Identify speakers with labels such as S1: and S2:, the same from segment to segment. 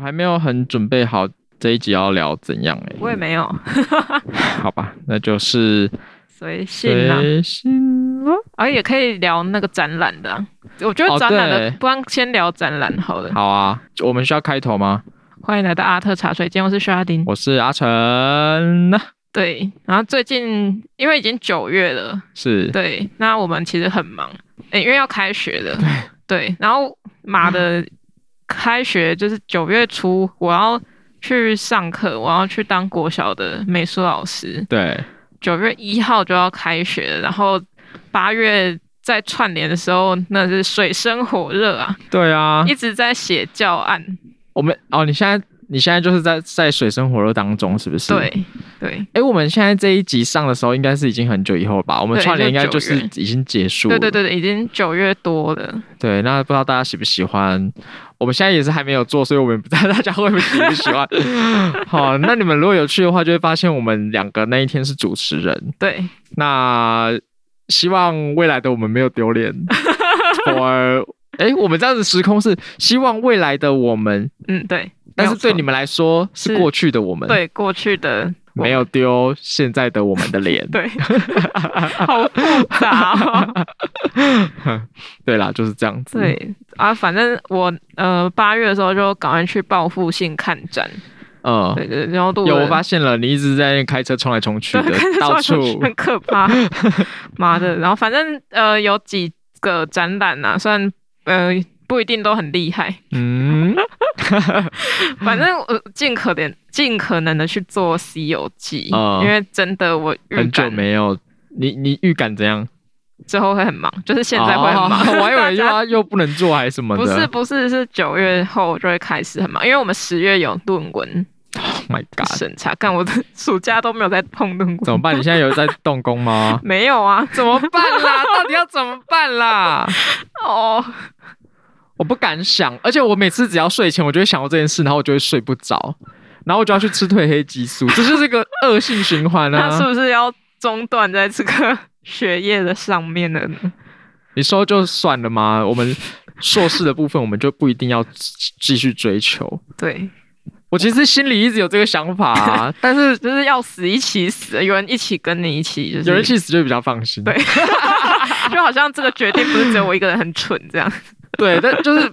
S1: 还没有很准备好这一集要聊怎样哎、
S2: 我也没有，
S1: 好吧，那就是
S2: 随性啊，
S1: 随性了。
S2: 而哦也可以聊那个展览的啊、我觉
S1: 哦
S2: 得展览
S1: 对
S2: 的，不然先聊展览好了。
S1: 好啊，我们需要开头吗？
S2: 欢迎来到阿特茶水间，我是沙丁。
S1: 我是阿成，
S2: 对，然后最近因为已经九月了，
S1: 是
S2: 对，那我们其实很忙，诶，因为要开学了，对然后马的开学就是九月初，我要去上课，我要去当国小的美术老师，
S1: 对，
S2: 九月一号就要开学了，然后八月在串联的时候，那是水深火热啊，
S1: 对啊，
S2: 一直在写教案，
S1: 我们哦，你现在你现在就是在在水深火热当中，是不是？。
S2: 对对
S1: 哎、我们现在这一集上的时候，应该是已经很久以后了吧？我们
S2: 对
S1: 串联应该就
S2: 就是是
S1: 已经结束了。
S2: 对对对对，已经九月多了，
S1: 对，那不知道大家喜不喜欢？我们现在也是还没有做，所以我们也不知道大家会不会喜不喜 欢。好，那你们如果有去的话，就会发现我们两个那一天是主持人。
S2: 对
S1: 那希望未来的我们没有丢 脸。我哎，我们这样子时空是希望未来的我们，
S2: 嗯对，
S1: 但是
S2: 没有错
S1: 对你们来说是
S2: 是
S1: 过去的我们，，
S2: 对过去的我。
S1: 没有丢现在的我们的脸
S2: 对， 好复杂、哦。
S1: 对啦，就是这样子。
S2: 对啊，反正我呃八月的时候就赶快去报复性看展，
S1: 嗯，
S2: 对对，对然后都
S1: 有我发现了，你一直在那开车冲来冲去 的，到处
S2: 很可 怕，妈的！然后反正呃有几个展览啊，虽然呃不一定都很厉 害，
S1: 嗯。
S2: 反正我尽可能尽可能的去做《西游记》
S1: 嗯
S2: 因为真的我预
S1: 很久
S2: 感
S1: 没有。你你预感怎样？
S2: 之后会很忙，就是现在会很忙。
S1: 哦我还以为又
S2: 大家
S1: 要又不能做还是什么的。
S2: 不是不是是九月后就会开始很忙，因为我们十月有论文
S1: Oh my god，
S2: 审查，干我的暑假都没有在碰论文，？
S1: 怎么办？你现在有在动工吗
S2: 没有啊？
S1: 怎么办啦？ 到底要怎么办啦？
S2: 哦，
S1: 我不敢想，而且我每次只要睡前，我就会想到这件事，然后我就会睡不着，然后我就要去吃褪黑激素， 这就是一个恶性循环
S2: 那是
S1: 啊！
S2: 不是要中断在这个学业的上面了呢？
S1: 你说就算了吗？我们硕士的部分，我们就不一定要继续追求。
S2: 对，
S1: 我其实心里一直有这个想法、 啊，但是
S2: 就是要死一起死，有人一起跟你一起，就是
S1: 有人气死就比较放心。
S2: 对 就好像这个决定不是只有我一个人很蠢这 样。
S1: 对，但就是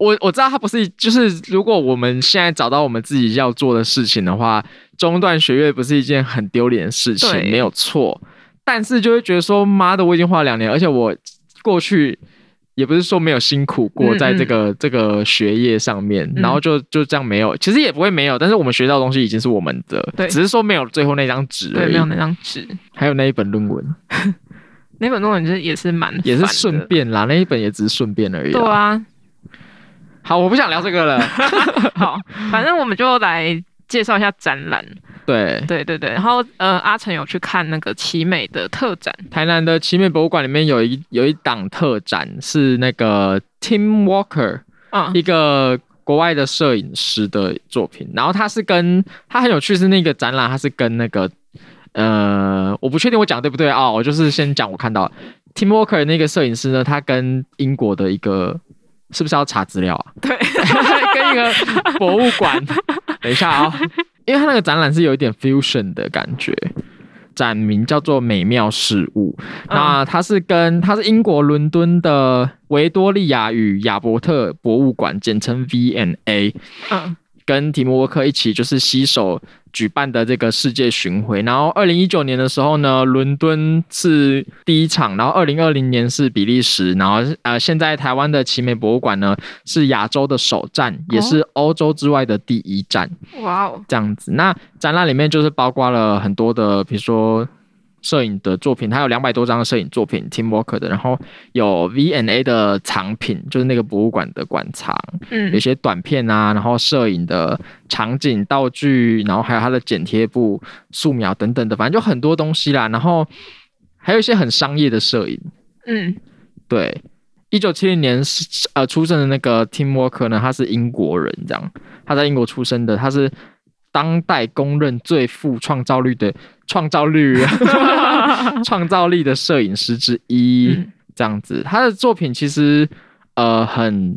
S1: 我我知道它不是一，就是如果我们现在找到我们自己要做的事情的话，中断学业不是一件很丢脸的事情，
S2: 对
S1: 没有错。但是就会觉得说，妈的，我已经花了两年，而且我过去也不是说没有辛苦过
S2: 嗯
S1: 在这个、这个学业上面，
S2: 嗯
S1: 然后就就这样没有，其实也不会没有，但是我们学到的东西已经是我们的，
S2: 对
S1: 只是说没有最后那张纸
S2: 对，
S1: 而已
S2: 没有，那张纸，
S1: 还有那一本论文
S2: 那本论文就是也是蛮
S1: 也是
S2: 烦的
S1: 顺便啦，那一本也只是顺便而已啦。
S2: 对啊，
S1: 好，我不想聊这个 了。
S2: 好，反正我们就来介绍一下展览。
S1: 对，
S2: 对对对，然后呃，阿成有去看那个奇美的特展，
S1: 台南的奇美博物馆里面有一有一档特展，是那个 Tim Walker
S2: 嗯，
S1: 一个国外的摄影师的作品。然后他是跟他很有趣，是那个展览，他是跟那个呃，我不确定我讲对不对啊、我就是先讲我看到 Tim Walker 那个摄影师呢，他跟英国的一个是不是要查资料啊？
S2: 对，
S1: 跟一个博物馆。等一下啊、因为它那个展览是有一点 fusion 的感觉，展名叫做“美妙事物”。那它是跟它是英国伦敦的维多利亚与亚伯特博物馆，简称 V&A，
S2: 嗯
S1: 跟提姆沃克一起就是携手举办的这个世界巡回。然后二零一九年的时候呢，伦敦是第一场，然后二零二零年是比利时，然后呃现在台湾的奇美博物馆呢是亚洲的首站，也是欧洲之外的第一站。
S2: 嗯，哇哦，
S1: 这样子。那展览里面就是包括了很多的，比如说摄影的作品，它有两百多张的摄影作品，Tim Walker 的，然后有 V&A 的藏品，就是那个博物馆的馆藏，有一
S2: 嗯
S1: 些短片啊，然后摄影的场景、道具，然后还有它的剪贴布、素描等等的，反正就很多东西啦。然后还有一些很商业的摄影，
S2: 嗯，
S1: 对，一九七零年是呃出生的那个 Tim Walker 呢，他是英国人，这样他在英国出生的，他是当代公认最富创造率的创造率创造力的摄影师之一，
S2: 嗯
S1: 这样子，他的作品其实呃很，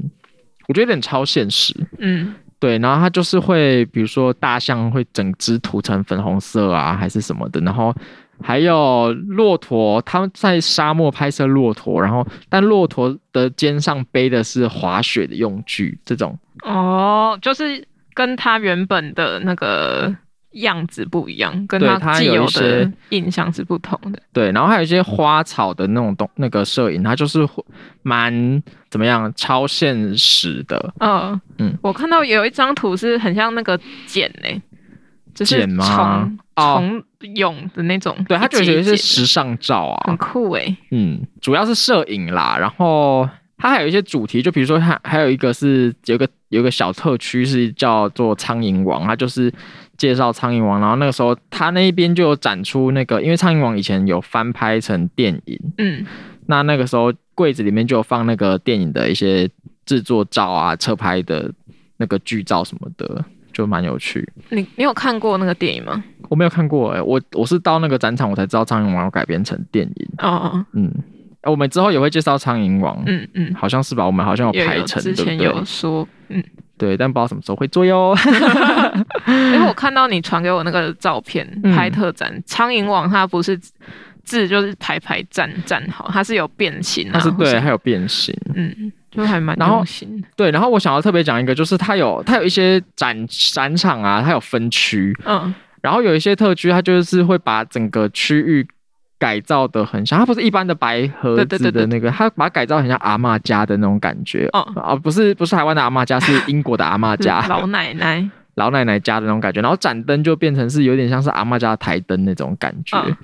S1: 我觉得有点超现实，
S2: 嗯
S1: 对，然后它就是会，比如说大象会整只涂成粉红色啊，还是什么的，然后还有骆驼，他们在沙漠拍摄骆驼，然后但骆驼的肩上背的是滑雪的用具，这种
S2: 哦，就是跟他原本的那个样子不一样，跟
S1: 对它
S2: 既
S1: 有一
S2: 有
S1: 些
S2: 的印象是不同的。
S1: 对，然后还有一些花草的那种东那个摄影，它就是会蛮怎么样超现实的，
S2: 嗯
S1: 嗯
S2: 嗯，我看到有一张图是很像那个茧诶、就是
S1: 茧吗
S2: 虫
S1: 哦
S2: 虫蛹的那种，
S1: 对，它就觉得是
S2: 一节一节的
S1: 时尚照啊，
S2: 很酷欸诶、
S1: 嗯，主要是摄影啦，然后它还有一些主题，就比如说它还有一个是有一个有一个小特区是叫做苍蝇王，它就是介绍苍蝇王，然后那个时候它那一边就有展出那个，因为苍蝇王以前有翻拍成电影，
S2: 嗯
S1: 那那个时候柜子里面就有放那个电影的一些制作照啊、侧拍的那个剧照什么的，就蛮有趣。
S2: 你你有看过那个电影吗？
S1: 我没有看过、欸，我我是到那个展场我才知道苍蝇王有改编成电影，
S2: 哦，
S1: 嗯。呃我们之后也会介绍苍蝇王，
S2: 嗯嗯，
S1: 好像是吧？我们好像有
S2: 也
S1: 排
S2: 有
S1: 程，
S2: 之前
S1: 对不
S2: 有啊
S1: 对？
S2: 说，嗯，
S1: 对，但不知道什么时候会做哟。
S2: 因为我看到你传给我那个照片，
S1: 嗯
S2: 拍特展，苍蝇网它不是字就是排排站站好，它是有变形、啊，
S1: 但是
S2: 或
S1: 对，
S2: 什么，
S1: 还有变形。
S2: 嗯，就还蛮
S1: 然后
S2: 用心的，
S1: 对，然后我想要特别讲一个，就是它有它有一些展展场啊，它有分区，
S2: 嗯
S1: 然后有一些特区，它就是会把整个区域改造的很像，它不是一般的白盒
S2: 对对
S1: 子
S2: 对
S1: 的
S2: 对
S1: 那个，它把它改造得很像阿嬷家的那种感觉。
S2: 哦
S1: 啊，不是不是台湾的阿嬷家，是英国的阿嬷
S2: 就是
S1: 家，
S2: 老奶奶，
S1: 老奶奶家的那种感觉，然后盏灯就变成是有点像是阿嬷家的台灯那种感觉，
S2: 嗯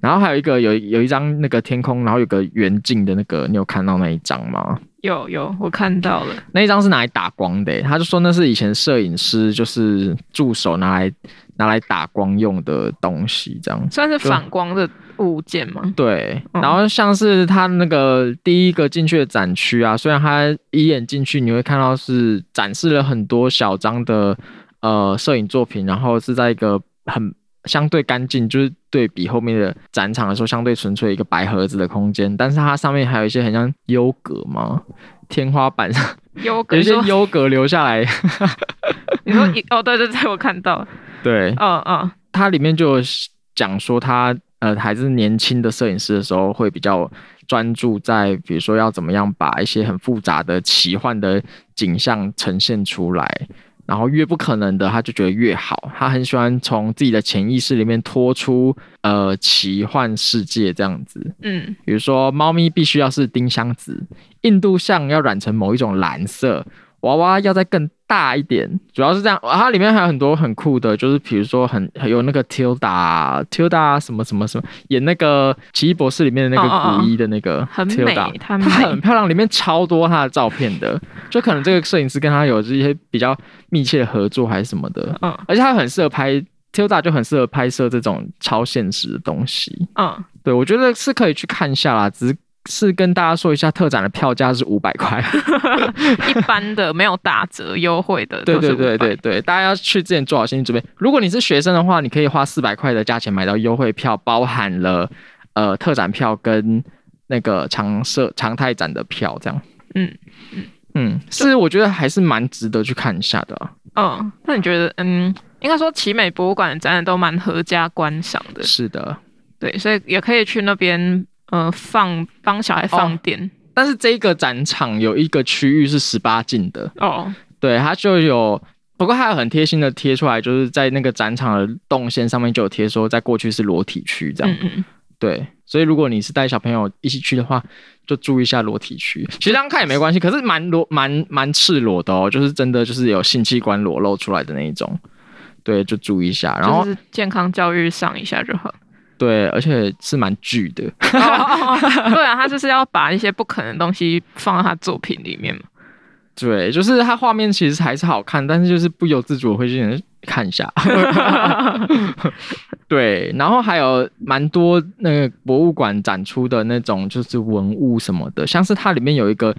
S1: 然后还有一个有有一张那个天空，然后有个圆镜的那个，你有看到那一张吗？
S2: 有有，我看到了，
S1: 那一张是拿来打光的、欸，他就说那是以前摄影师就是助手拿来拿来打光用的东西，这样子。
S2: 算是反光的物件吗？
S1: 对，
S2: 嗯
S1: 然后像是他那个第一个进去的展区啊，虽然他一眼进去你会看到是展示了很多小张的呃摄影作品，然后是在一个很相对干净，就是对比后面的展场来说相对纯粹一个白盒子的空间，但是它上面还有一些很像优格嘛，天花板上
S2: 优格，
S1: 有一
S2: 你
S1: 些
S2: 哎说
S1: 优格留下来，
S2: 你说一哦，对对对，我看到了，
S1: 对，
S2: 嗯嗯
S1: 它里面就有讲说他呃还是年轻的摄影师的时候，会比较专注在比如说要怎么样把一些很复杂的奇幻的景象呈现出来。然后越不可能的，他就觉得越好。他很喜欢从自己的潜意识里面拖出呃奇幻世界这样子。
S2: 嗯，
S1: 比如说，猫咪必须要是丁香紫，印度象要染成某一种蓝色，娃娃要再更大一点，主要是这样。啊它里面还有很多很酷的，就是比如说很很有那个 Tilda Tilda 什么什么什么，演那个奇异博士里面的那
S2: 哦
S1: 个
S2: 哦哦
S1: 古一的那个 Tilda，
S2: 很美，
S1: 她
S2: 它
S1: 很
S2: 美，
S1: 漂亮，里面超多她的照片的，就可能这个摄影师跟她有这些比较密切的合作还是什么的，
S2: 嗯
S1: 而且她很适合拍 Tilda 就很适合拍摄这种超现实的东西。
S2: 嗯，
S1: 对，我觉得是可以去看一下啦，只是是跟大家说一下，特展的票价是五百 块。
S2: 一般的没有打折优惠的，
S1: 对
S2: 都是
S1: 对对
S2: 500
S1: 对，对，大家要去之前做好心理准备。如果你是学生的话，你可以花四百块的价钱买到优惠票，包含了呃特展票跟那个常设常态展的票，这样。
S2: 嗯
S1: 嗯，是我觉得还是蛮值得去看一下的啊、
S2: 嗯，那你觉得，嗯，应该说奇美博物馆的展览都蛮合家观赏的，
S1: 是的，
S2: 对，所以也可以去那边，呃，放帮小
S1: 哦
S2: 孩放电
S1: 但是这个展场有一个区域是十八禁的，
S2: 哦，
S1: 对，它就有，不过它有很贴心的贴出来，就是在那个展场的动线上面就有贴说，在过去是裸体区这样。
S2: 嗯嗯，
S1: 对，所以如果你是带小朋友一起去的话，就注意一下裸体区。其实这样看也没关系，可是蛮裸、蛮蛮赤裸的哦，就是真的就是有性器官裸露出来的那一种。对，就注意一下。然后、
S2: 就是健康教育上一下 就好。
S1: 对，而且是蛮巨的。
S2: 哦哦哦对啊，他就是要把一些不可能的东西放到他作品里面嘛。
S1: 对，就是它画面其实还是好看，但是就是不由自主地会去看一下。对，然后还有蛮多那个博物馆展出的那种就是文物什么的，像是它里面有一个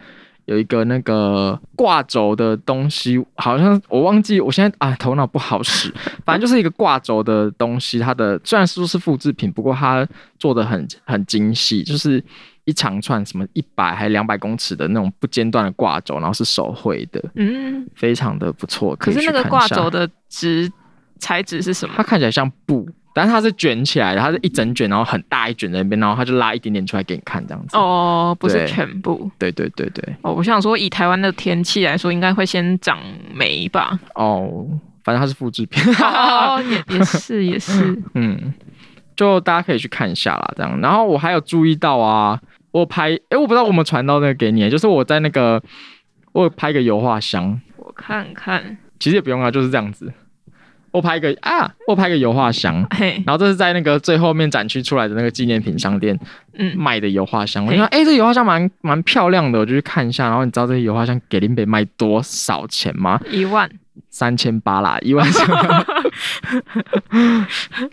S1: 有一个那个挂轴的东西，好像我忘记，我现在啊头脑不好使，反正就是一个挂轴的东西，它的虽然说是复制品，不过它做的很很精细，就是一长串什么一百还两百公尺的那种不间断的挂轴，然后是手绘的，
S2: 嗯，
S1: 非常的不错。
S2: 可
S1: 以
S2: 是
S1: 去
S2: 那个
S1: 看一
S2: 挂
S1: 下
S2: 轴的纸材质是什
S1: 它
S2: 么？
S1: 看起来像布，但是它是卷起来的，它是一整卷，然后很大一卷在那边，然后它就拉一点点出来给你看这样子。，
S2: 哦，不是
S1: 对
S2: 全部
S1: 对对对对，
S2: 哦。我想说，以台湾的天气来说，应该会先长霉 吧？
S1: 哦，反正它是复制品。
S2: 哦， 也也是也是，
S1: 嗯，就大家可以去看一下啦，这样。然后我还有注意到啊，我有拍，诶，我不知道我们传到那个给你，就是我在那个，我有拍一个油画箱，
S2: 我看看，
S1: 其实也不用啊，就是这样子。我拍一个啊，我拍一个油画箱，
S2: 嘿，
S1: 然后这是在那个最后面展区出来的那个纪念品商店
S2: 嗯，
S1: 卖的油画箱，我
S2: 嘿
S1: 就说，哎、这油画箱蛮蛮漂亮的，我就去看一下。然后你知道这些油画箱给林北卖多少钱吗？
S2: 一万，
S1: 三千八啦，一万 三。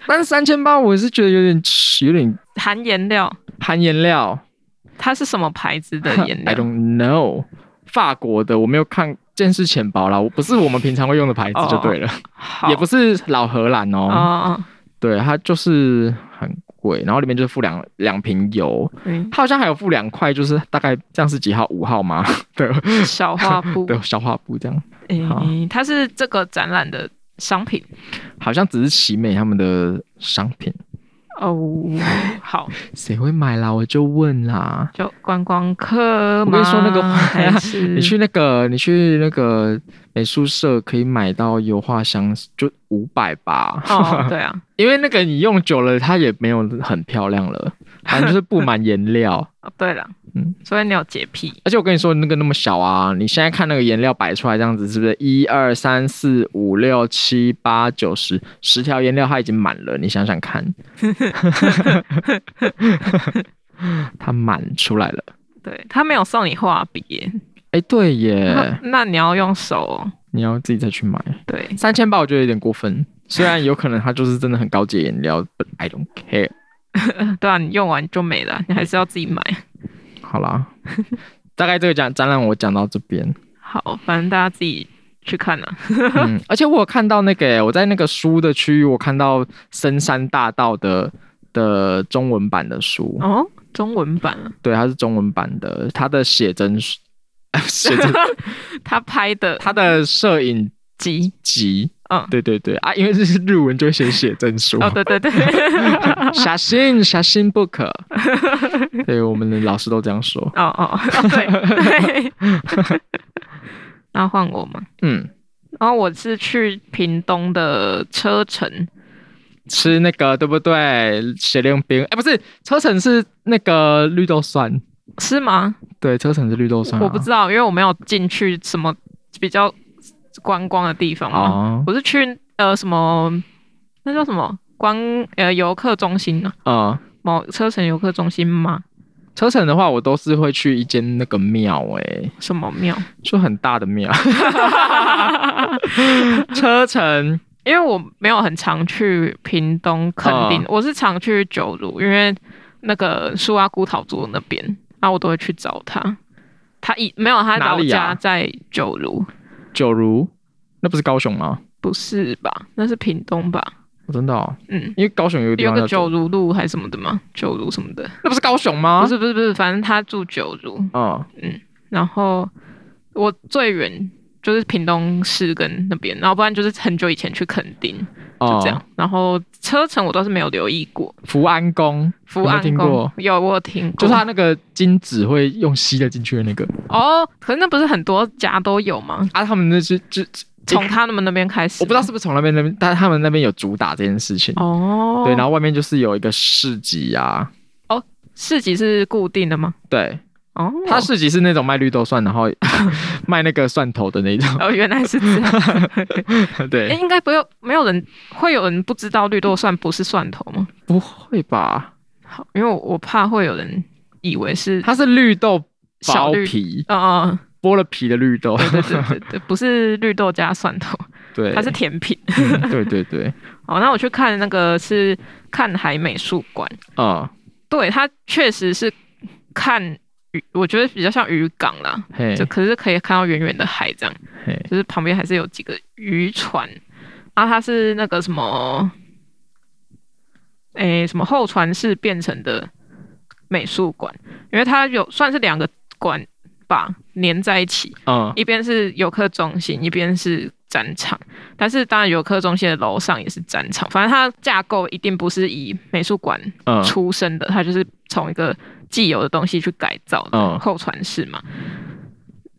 S1: 但是三千八，我是觉得有点有点
S2: 含颜料，
S1: 含颜料
S2: 它是什么牌子的颜
S1: I
S2: 料？
S1: don't know，法国的我没有看，见识浅薄啦，我不是我们平常会用的牌子就对了，
S2: 哦好
S1: 也不是老荷兰哦，
S2: 哦哦，
S1: 对，它就是很贵，然后里面就是附两两瓶油，
S2: 嗯，
S1: 它好像还有附两块，就是大概这样是几号？五号 吗？对，
S2: 小花布，
S1: 对，小画布这样，好
S2: 诶，它是这个展览的商品
S1: 好像只是奇美他们的商品，
S2: 哦。好，
S1: 谁会买啦？我就问啦。
S2: 就观光客
S1: 我
S2: 吗？
S1: 跟你说那个
S2: 还是
S1: 你去那个，你去那个美术社可以买到油画箱，就五百吧。
S2: 哦，对啊，
S1: 因为那个你用久了，它也没有很漂亮了，反正就是布满颜料。
S2: 哦对了，
S1: 嗯
S2: 嗯，所以你有洁癖，
S1: 而且我跟你说，那个那么小啊，你现在看那个颜料摆出来这样子，是不是一二三四五六七八九十十条颜料它已经满了？你想想看， 它满出来了。
S2: 对他没有送你画笔耶，
S1: 哎、对耶
S2: 那，那你要用手哦，
S1: 你要自己再去买。
S2: 对，
S1: 三千八我觉得有点过分，虽然有可能它就是真的很高级的颜料，but I don't care。
S2: 对啊，你用完就没了，你还是要自己买。
S1: 好啦，大概这个展展览我讲到这边。
S2: 好，反正大家自己去看啦。
S1: 嗯，而且我有看到那个耶、欸我在那个书的区域，我看到深山大道的的中文版的书，
S2: 哦，中文版啊，
S1: 对，它是中文版的，它的写真书， 写真，
S2: 他拍的
S1: 它的摄影
S2: 集，
S1: 集，
S2: 嗯
S1: 对对对啊，因为这是日文，就会写写真书。
S2: 哦，对对对，
S1: 写信，写信不 可。对，我们的老师都这样说。
S2: 哦哦哦，对对。 那换我吗？
S1: 嗯，
S2: 然后我是去屏东的车城，
S1: 吃那个对不对？雪莲冰，哎、不是，车城是那个绿豆蒜，
S2: 是吗？
S1: 对，车城是绿豆蒜、啊。
S2: 我不知道，因为我没有进去什么比较观光的地方嘛。
S1: 哦，
S2: 我是去呃什么，那叫什么观呃游客中心呢、
S1: 嗯，
S2: 某车城游客中心吗？
S1: 车城的话，我都是会去一间那个庙、哎，
S2: 什么庙？
S1: 就很大的庙。 车城，
S2: 因为我没有很常去屏东垦丁，
S1: 嗯
S2: 我是常去九如，因为那个苏阿姑桃族那边，然后我都会去找他。他以没有他
S1: 哪
S2: 老
S1: 里啊
S2: 家在九如，
S1: 九如，那不是高雄吗？
S2: 不是吧？那是屏东吧？
S1: 我真的、哦，
S2: 嗯，
S1: 因为高雄有一个地
S2: 有
S1: 方叫
S2: 个九如路还是什么的吗？九如什么的。
S1: 那不是高雄吗
S2: 不？是不是不是，反正他住九如，
S1: 嗯，
S2: 然后我最远就是屏东市跟那边，然后不然就是很久以前去垦丁，就
S1: 哦
S2: 这样。。然后车程我倒是没有留意过，
S1: 福安宫，
S2: 福
S1: 有没有
S2: 安
S1: 听
S2: 宫
S1: 过？
S2: 有我有听过，
S1: 就是它那个金子会用吸的进去的那个
S2: 哦，可是那不是很多家都有吗？
S1: 啊，他们那是就
S2: 从他们那边开
S1: 我
S2: 始，
S1: 不知道是不是从那边那边，但他们那边有主打这件事情。
S2: 哦，
S1: 对，然
S2: 后
S1: 后外面就是有一个市集啊，
S2: 市集是固定的吗？
S1: 对，
S2: 哦，
S1: 它市集是那种卖绿豆蒜，然后 卖那个蒜头的那种，
S2: 哦，原来是这样，诶
S1: 对，
S2: 应该不用，没有人会有人不知道绿豆蒜不是蒜头吗？
S1: 不会吧？
S2: 好，因为我我怕会有人以为是
S1: 它是绿豆
S2: 小
S1: 剥
S2: 绿
S1: 皮，
S2: 嗯嗯，
S1: 剥了皮的绿豆，
S2: 对对对对，不是绿豆加蒜头，
S1: 对，
S2: 它是甜品。
S1: 嗯对对对，
S2: 哦，那我去看那个是看海美术馆，
S1: 啊，
S2: 对，它确实是看渔，我觉得比较像渔港啦，
S1: 嘿
S2: 就，可是可以看到远远的海这样
S1: 嘿，
S2: 就是旁边还是有几个渔船，然后它是那个什么，诶、什么后船室变成的美术馆，因为它有算是两个馆吧连在一起，
S1: 嗯，
S2: 一边是游客中心，一边是展场，但是当然游客中心的楼上也是展场，反正它架构一定不是以美术馆
S1: 嗯，
S2: 出身的，它就是从一个既有的东西去改造的
S1: 嗯
S2: 后传式嘛。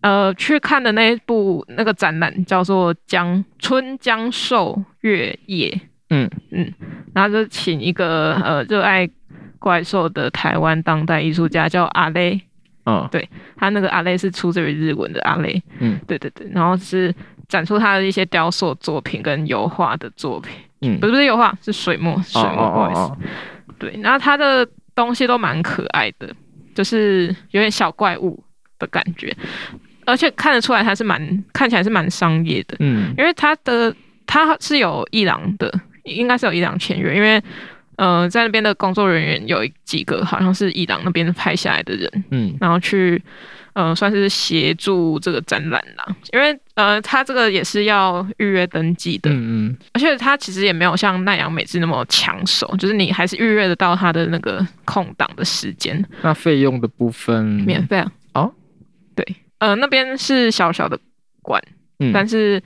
S2: 呃，去看的那一部那个展览叫做《江春江寿月夜》，
S1: 嗯
S2: 嗯，然后就请一个呃热爱怪兽的台湾当代艺术家叫阿雷，
S1: 嗯，
S2: 他那个阿雷是出自于日文的阿雷，
S1: 嗯，
S2: 对对对，然后是展出他的一些雕塑作品跟油画的作品，
S1: 嗯
S2: 不，是不是油画，是水墨，水
S1: 哦
S2: 墨，不好意思。
S1: 哦哦
S2: 对，然后它的东西都蛮可爱的，就是有点小怪物的感觉，而且看得出来它是蛮看起来是蛮商业的，
S1: 嗯，
S2: 因为它的它是有伊朗的，应该是有伊朗签约，因为呃在那边的工作人员有几个好像是伊朗那边派下来的人，
S1: 嗯，
S2: 然后去呃算是协助这个展览啦，因为呃它这个也是要预约登记的，
S1: 嗯嗯，
S2: 而且它其实也没有像奈良美智那么抢手，就是你还是预约得到它的那个空档的时间，
S1: 那费用的部分，
S2: 免费啊。
S1: 哦，
S2: 对，呃，那边是小小的馆，
S1: 嗯
S2: 但是，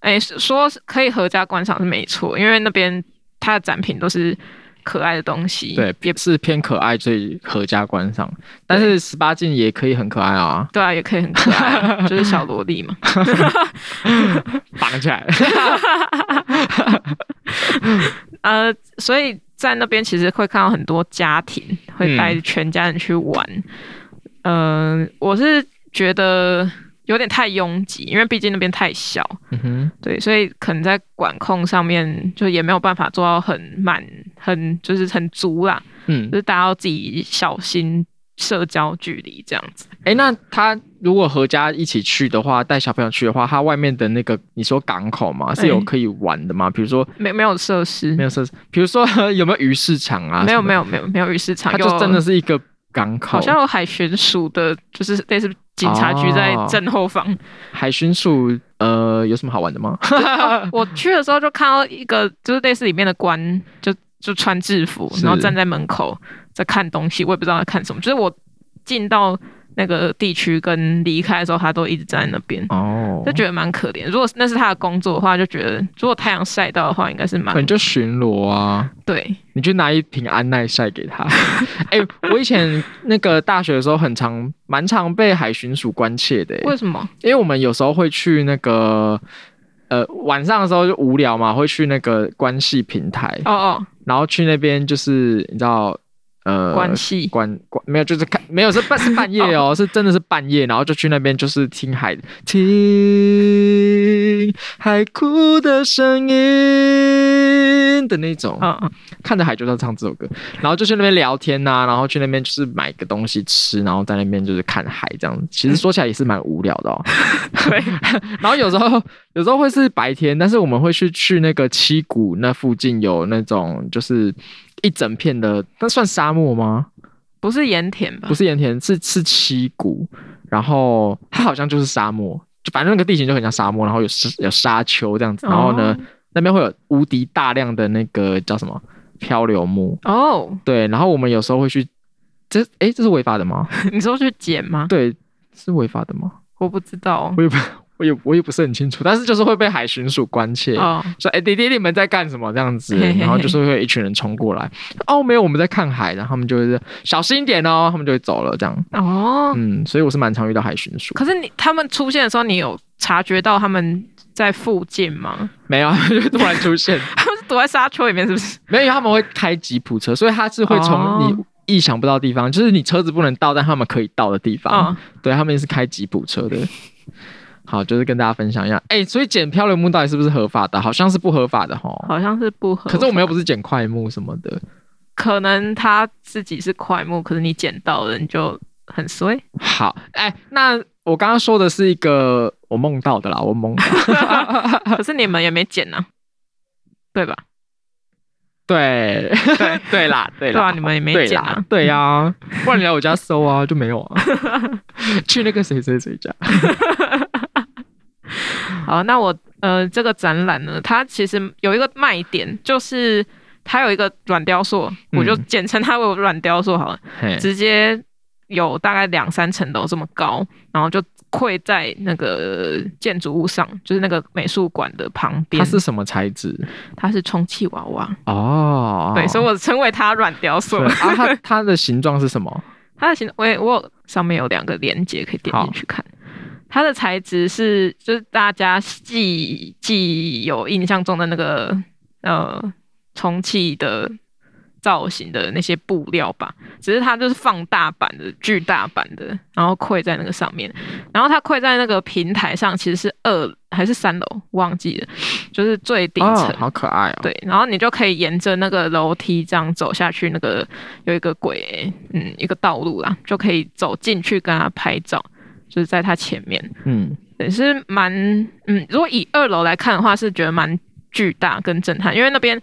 S2: 哎、说是可以合家观赏是没错，因为那边它的展品都是可爱的东西，
S1: 对，也是偏可爱，所以合家观赏。但是十八禁也可以很可爱啊，
S2: 对啊，也可以很可爱啊，就是小萝莉嘛。
S1: 绑起来。
S2: 呃，所以在那边其实会看到很多家庭会带
S1: 嗯
S2: 全家人去玩。嗯、我是觉得有点太拥挤，因为毕竟那边太小，
S1: 嗯哼，
S2: 对，所以可能在管控上面就也没有办法做到很满，很就是很足啦，
S1: 嗯
S2: 就，是大家要自己小心社交距离这样子。
S1: 哎、那他如果合家一起去的话，带小朋友去的话，他外面的那个你说港口嘛，是有
S2: 哎
S1: 可以玩的吗？比如说
S2: 没没有设施，
S1: 没有设施，比如说 有没有鱼市场啊？
S2: 没有没
S1: 有，
S2: 有没有没有鱼市场，
S1: 它就
S2: 有
S1: 真的是一个港口，
S2: 好像有海巡署的，就是类似警察局在
S1: 哦
S2: 正后方。
S1: 海巡署呃有什么好玩的吗？
S2: 我去的时候就看到一个，就是类似里面的官，就就穿制服，
S1: 是
S2: 然后站在门口在看东西，我也不知道在看什么。就是我进到那个地区跟离开的时候，他都一直站在那边，
S1: 哦
S2: 就，觉得蛮可怜。如果那是他的工作的话，就觉得如果太阳晒到的话，应该是
S1: 可
S2: 蛮
S1: 能就巡逻啊。
S2: 对。
S1: 你就拿一瓶安耐晒给 他。哎、我以前那个大学的时候，很常蛮常被海巡署关切的、
S2: 为什么？
S1: 因为我们有时候会去那个呃晚上的时候就无聊嘛，会去那个关系平台，
S2: 哦哦，
S1: 然后去那边就是你知道呃
S2: 关系
S1: 关关没有就是看没有是半是半夜哦， 是真的是半夜，然后就去那边就是听海听海哭的声音的那种，
S2: 嗯嗯，
S1: 看着海就在唱这首歌，然后就去那边聊天呐、然后去那边就是买个东西吃，然后在那边就是看海这样子。其
S2: 嗯
S1: 实说起来也是蛮无聊的哦。
S2: 对，
S1: 然后有时候有时候会是白天，但是我们会去去那个七谷那附近有那种就是一整片的，那算沙漠吗？
S2: 不是盐田吧
S1: 不？是盐田，是是七谷，然后它好像就是沙漠，就反正那个地形就很像沙漠，然后有沙有沙丘这样子，然后呢、那边会有无敌大量的那个叫什么漂流木。
S2: 哦？哦，
S1: 对，然后我们有时候会去，这诶，这是违法的吗？
S2: 你说去捡吗？
S1: 对，是违法的吗？
S2: 我不知道
S1: 我也不， 我也我也不是很清楚，但是就是会被海巡署关切。
S2: 哦。
S1: 说哎，弟弟你们在干什么？这样子，
S2: 嘿嘿嘿
S1: 然后就是会有一群人冲过来。哦，没有，我们在看海，然后他们就会说小心一点哦，他们就会走了这样。
S2: 哦，
S1: 嗯，所以我是蛮常遇到海巡署，
S2: 可是你他们出现的时候，你有察觉到他们在附近吗？
S1: 没有， 就突然出现，
S2: 他们是躲在沙丘里面，是不是？
S1: 没有，因为他们会开吉普车，所以他是会从
S2: 哦
S1: 你意想不到的地方，就是你车子不能到，但他们可以到的地方。
S2: 嗯，
S1: 对他们是开吉普车的。好，就是跟大家分享一下，哎、所以捡漂流木到底是不是合法的？好像是不合法的哈。
S2: 好像是不合。
S1: 可是我们又不是捡块木什么的。
S2: 可能他自己是快木，可是你捡到了你就很衰。
S1: 好，哎、那我刚刚说的是一个我梦到的啦， 我梦到。
S2: 啊可是你们也没捡呢、对吧？
S1: 对
S2: 对
S1: 对啦，对
S2: 对啊，
S1: 啦，
S2: 你们也没
S1: 对
S2: 讲
S1: 啦
S2: 啊，，
S1: 对呀、不然你来我家搜啊，就没有 啊。去那个谁谁谁家，
S2: 好，那我呃，这个展览呢，它其实有一个卖点，就是它有一个软雕塑，我就
S1: 嗯
S2: 简称它为软雕塑好了，
S1: 嘿
S2: 直接有大概两三层楼这么高，然后就跪在那个建筑物上，就是那个美术馆的旁边。
S1: 它是什么材质？
S2: 它是充气娃娃，
S1: 哦，
S2: 对，所以我称为它软雕塑
S1: 对。啊，它它的形状是什么？啊
S2: 它的形，我也我有上面有两个连接可以点
S1: 好
S2: 进去看。它的材质是，就是大家既既有印象中的那个呃充气的造型的那些布料吧，只是它就是放大版的、巨大版的，然后跪在那个上面，然后它跪在那个平台上，其实是二还是三楼，忘记了，就是最顶层。
S1: 哦，好可爱哦。
S2: 对，然后你就可以沿着那个楼梯这样走下去，那个有一个轨，嗯，一个道路啦，就可以走进去跟他拍照，就是在他前面，
S1: 嗯，
S2: 也是蛮，嗯，如果以二楼来看的话，是觉得蛮巨大跟震撼，因为那边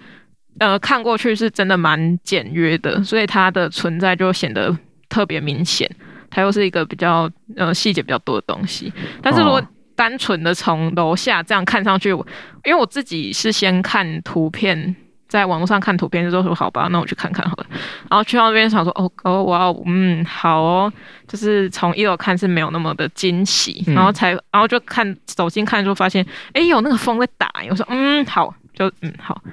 S2: 呃看过去是真的蛮简约的，所以它的存在就显得特别明显。它又是一个比较呃细节比较多的东西，但是如果
S1: 哦
S2: 单纯的从楼下这样看上去，我因为我自己是先看图片，在网络上看图片，就说好吧，那我去看看好了。然后去到那边想说，哦哦哇哦，嗯，好哦，就是从一楼看是没有那么的惊喜，
S1: 嗯
S2: 然后才然后就看走近看就发现，哎，有那个风在打，我说嗯好，就嗯好，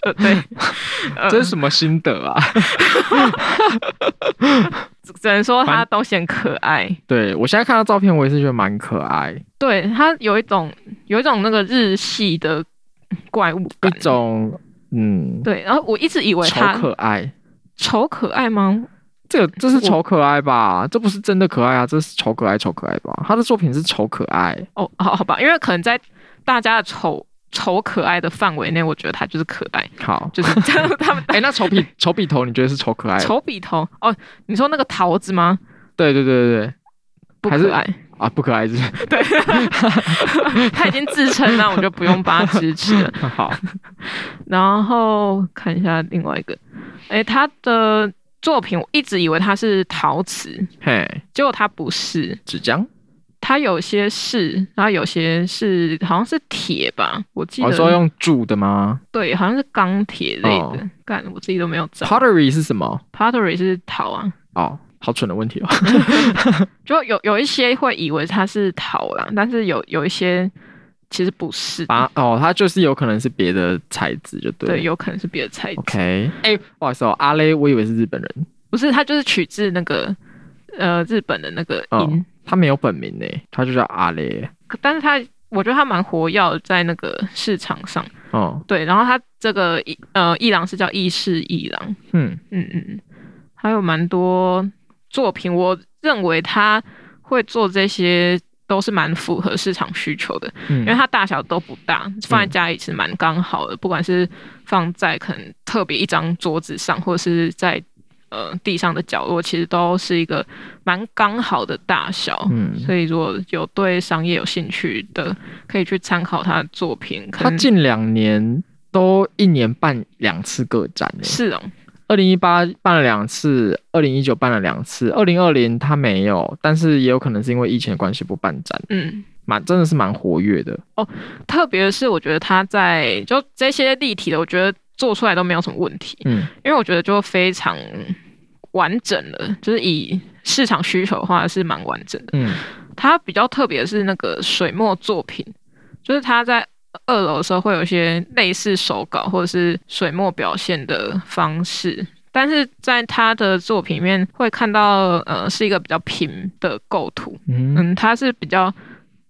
S2: 就对，呃
S1: 这是什么心得啊？
S2: 只能说它都显可爱。
S1: 对我现在看到照片，我也是觉得蛮可爱，
S2: 对，它有一种有一种那个日系的怪物
S1: 一
S2: 感。
S1: 种嗯，
S2: 对，然后我一直以为
S1: 丑
S2: 它
S1: 可爱。
S2: 丑可爱吗？
S1: 这个这是
S2: 我
S1: 丑可爱吧？这不是真的可爱啊，这是丑可爱，丑可爱吧？他的作品是丑可爱，
S2: 哦，好好吧，因为可能在大家的丑丑可爱的范围内，我觉得它就是可爱，
S1: 好。
S2: 就是 这样。他们
S1: 哎、那丑笔丑笔头，你觉得是丑可爱？
S2: 丑笔头哦，你说那个桃子吗？
S1: 对对对对
S2: 不
S1: 还是
S2: 可爱，
S1: 对啊，不可爱是
S2: 他已经自称了，我就不用帮他支持了。
S1: 好。
S2: 然后看一下另外一个，哎，他的作品我一直以为他是陶瓷，
S1: 嘿，哦
S2: 结果他不是，
S1: 纸浆，
S2: 他有些是，然后有些是好像是铁吧，我记
S1: 我、
S2: 得、
S1: 说哦用铸的吗
S2: 对，好像是钢铁类的。
S1: 哦
S2: 干，我自己都没有找。
S1: ？Pottery 是什么？
S2: Pottery 是陶啊，
S1: 哦，好蠢的问 题哦。
S2: 就有有一些会以为它是陶啦，但是有有一些其实不是，
S1: 啊，哦，它就是有可能是别的材质，就对了。
S2: 对，有可能是别的材质。
S1: OK，哎、不好意思哦，阿雷，我以为是日本人，
S2: 不是，它就是取自那个呃日本的那个音，
S1: 哦他没有本名呢，他就叫阿雷。
S2: 可但是它我觉得它蛮活跃在那个市场上。
S1: 哦，
S2: 对，然后它这个一呃伊朗是叫意式伊朗，
S1: 嗯，
S2: 嗯嗯，嗯，还有蛮多作品，我认为他会做这些都是蛮符合市场需求的，因为
S1: 嗯
S2: 它大小都不大，放在家里是蛮刚好的，不管是放在可能特别一张桌子上，或者是在呃地上的角落，其实都是一个蛮刚好的大小。
S1: 嗯，
S2: 所以，如果有对商业有兴趣的，可以去参考他的作品。可
S1: 他
S2: 能
S1: 近两年都一年办两次个展呢，
S2: 是哦，
S1: 二零一八办了两次，二零一九办了两次，二零二零他没有，但是也有可能是因为疫情的关系不办展，
S2: 嗯，
S1: 蛮真的是蛮活跃的。
S2: 特别是我觉得他在就这些立体的，我觉得做出来都没有什么问题，
S1: 嗯，
S2: 因为我觉得就非常完整了，就是以市场需求的话是蛮完整的。
S1: 嗯，
S2: 它比较特别的是那个水墨作品，就是它在二楼的时候会有一些类似手稿或者是水墨表现的方式。但是在他的作品里面会看到，呃，是一个比较平的构图，
S1: 嗯，
S2: 嗯，它是比较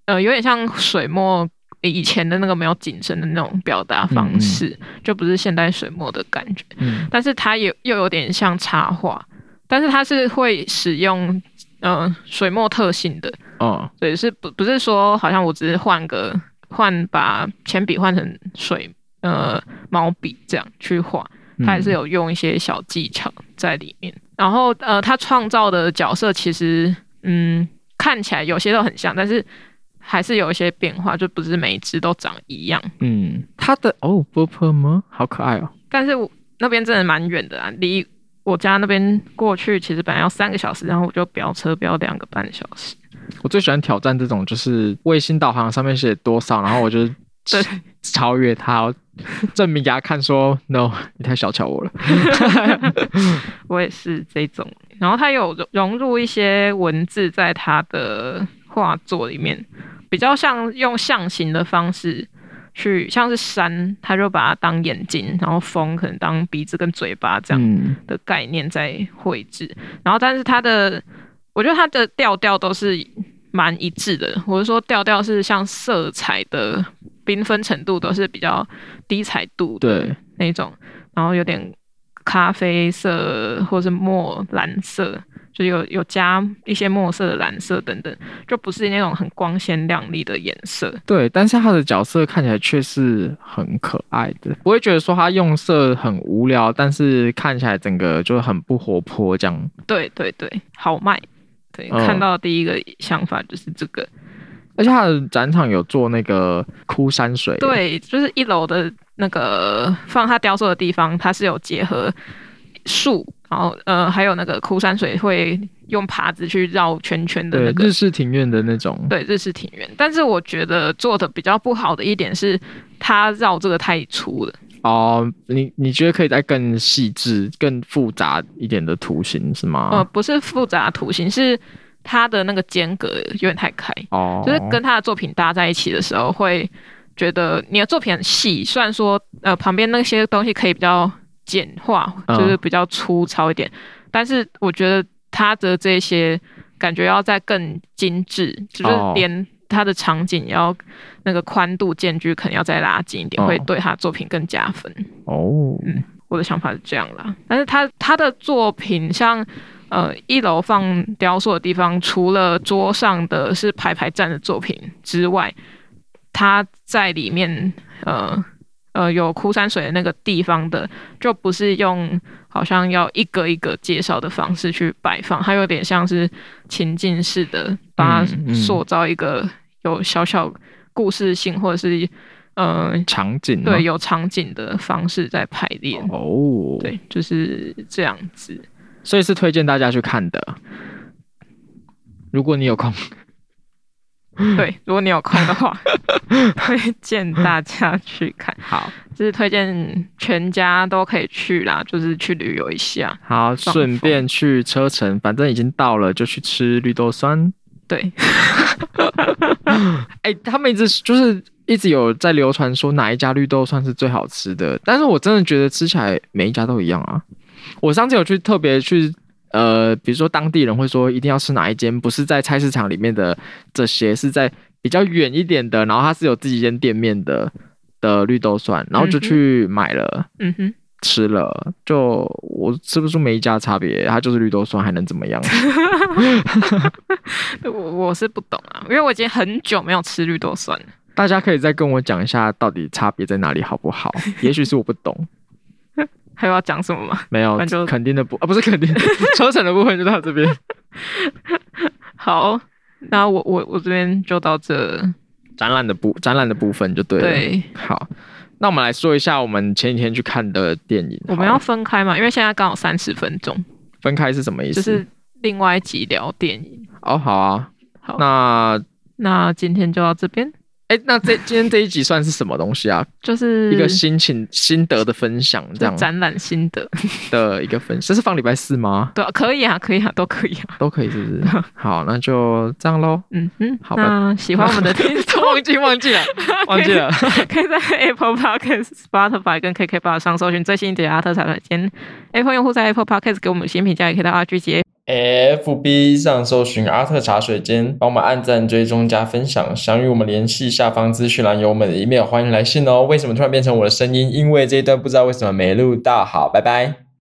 S2: 呃，有点像水墨以前的那个没有景深的那种表达方式，就不是现代水墨的感觉。
S1: 嗯，
S2: 但是它也又有点像插画，但是它是会使用呃水墨特性的，
S1: 哦，
S2: 对，是不不是说好像我只是换个换把铅笔换成水呃毛笔这样去画，
S1: 嗯
S2: 他还是有用一些小技巧在里面。然后呃，他创造的角色其实嗯看起来有些都很像，但是还是有一些变化，就不是每一只都长一样。
S1: 嗯，他的哦，波波吗？好可爱哦。
S2: 但是我那边真的蛮远的啊，离我家那边过去其实本来要三个小时，然后我就飙车飙两个半小时。
S1: 我最喜欢挑战这种，就是卫星导航上面写多少，然后我就
S2: 对
S1: 超越它，证明给他看说 no，你太小瞧我了。
S2: 我也是这种。然后他有融融入一些文字在他的画作里面，比较像用象形的方式去，像是山，他就把它当眼睛，然后风可能当鼻子跟嘴巴这样。
S1: 嗯，
S2: 的概念在绘制，然后但是它的，我觉得它的调调都是蛮一致的。我是说调调是像色彩的缤纷程度都是比较低彩度的
S1: 对
S2: 那种，然后有点咖啡色或是墨蓝色，就有有加一些墨色的蓝色等等，就不是那种很光鲜亮丽的颜色。
S1: 对，但是他的角色看起来却是很可爱的，不会觉得说他用色很无聊，但是看起来整个就很不活泼这样。
S2: 对对对，好卖。对，
S1: 嗯
S2: 看到第一个想法就是这个。
S1: 而且他的展场有做那个枯山水，，
S2: 对，就是一楼的那个放他雕塑的地方，它是有结合树，然后呃，还有那个枯山水会用耙子去绕圈圈的
S1: 对
S2: 那个
S1: 日。式庭院的那种，
S2: 对，日式庭园，但是我觉得做的比较不好的一点是，它绕这个太粗了。
S1: 哦，你你觉得可以再更细致、更复杂一点的图形是吗？
S2: 呃，不是复杂的图形，是它的那个间隔有点太开。
S1: 哦，
S2: 就是跟他的作品搭在一起的时候，会觉得你的作品很细。虽然说呃旁边那些东西可以比较简化，
S1: 嗯
S2: 就是比较粗糙一点，但是我觉得他的这些感觉要再更精致，就是
S1: 哦
S2: 连他的场景也要那个宽度间距可能要再拉近一点，
S1: 哦
S2: 会对他作品更加分。
S1: 哦，
S2: 我的想法是这样啦。但是他他的作品像。呃，一楼放雕塑的地方，除了桌上的是排排站的作品之外，他在里面呃呃有枯山水的那个地方的，就不是用好像要一个一个介绍的方式去摆放，它有点像是情境式的，把
S1: 嗯
S2: 它
S1: 嗯
S2: 塑造一个有小小故事性或者是呃
S1: 场景吗
S2: 对，有场景的方式在排列。
S1: 哦，，
S2: 对，就是这样子。
S1: 所以是推荐大家去看的。如果你有空，嗯
S2: 对，如果你有空的话， 推荐大家去看，
S1: 好
S2: 就是推荐全家都可以去啦，就是去旅游一下。
S1: 好
S2: 放
S1: 顺便去车城，反正已经到了，就去吃绿豆酸。
S2: 对，
S1: 哎、他们一直就是一直有在流传说哪一家绿豆算是最好吃的，但是我真的觉得吃起来每一家都一样啊。我上次有去特别去呃，比如说当地人会说一定要吃哪一间，不是在菜市场里面的这些，是在比较远一点的，然后它是有自己一间店面的的绿豆蒜，然后就
S2: 嗯哼
S1: 去买了。
S2: 嗯哼，
S1: 吃了，就我吃不出每一家差别，它就是绿豆酸，还能怎么样？
S2: 我我是不懂啊，因为我已经很久没有吃绿豆酸了。
S1: 大家可以再跟我讲一下到底差别在哪里，好不 好？也许是我不懂，
S2: 还有要讲什么吗？
S1: 没有
S2: 那就
S1: 肯定的部啊，不是肯定 抽成的部分就到这边。
S2: 好，那我我我这边就到这。
S1: 展览的部展览的部分就对了。，
S2: 对，
S1: 好，那我们来说一下我们前几天去看的电影。
S2: 我们
S1: 好
S2: 要
S1: 了
S2: 分开嘛，因为现在刚好三十分钟，
S1: 分开是什么意思？
S2: 就是另外一集聊电影。
S1: 哦，好啊，
S2: 好
S1: 那
S2: 那今天就到这边，
S1: 哎、那这今天这一集算是什么东西啊？
S2: 就是
S1: 一个心情心得的分享，这
S2: 嗯就
S1: 样
S2: 展览心得。
S1: 的一个分享，这是放礼拜四吗？
S2: 对啊，可以啊，可以啊，都可以啊。
S1: 都可以，是不 是？好，那就这样喽。
S2: 嗯嗯，
S1: 好吧
S2: 那喜欢我们的听众
S1: 忘记忘记了，忘记了。
S2: 可以在 Apple Podcast、Spotify 跟 KK b o 上搜寻最新一集的阿特产间。Apple 用户在 Apple Podcast 给我们五星评价，也可以到 RG 节
S1: FB 上搜寻阿特茶水间，帮我们按赞、追踪、加分享。想与我们联系，下方资讯栏有我们的 email，欢迎来信哦。为什么突然变成我的声音？因为这一段不知道为什么没录到。好，拜拜。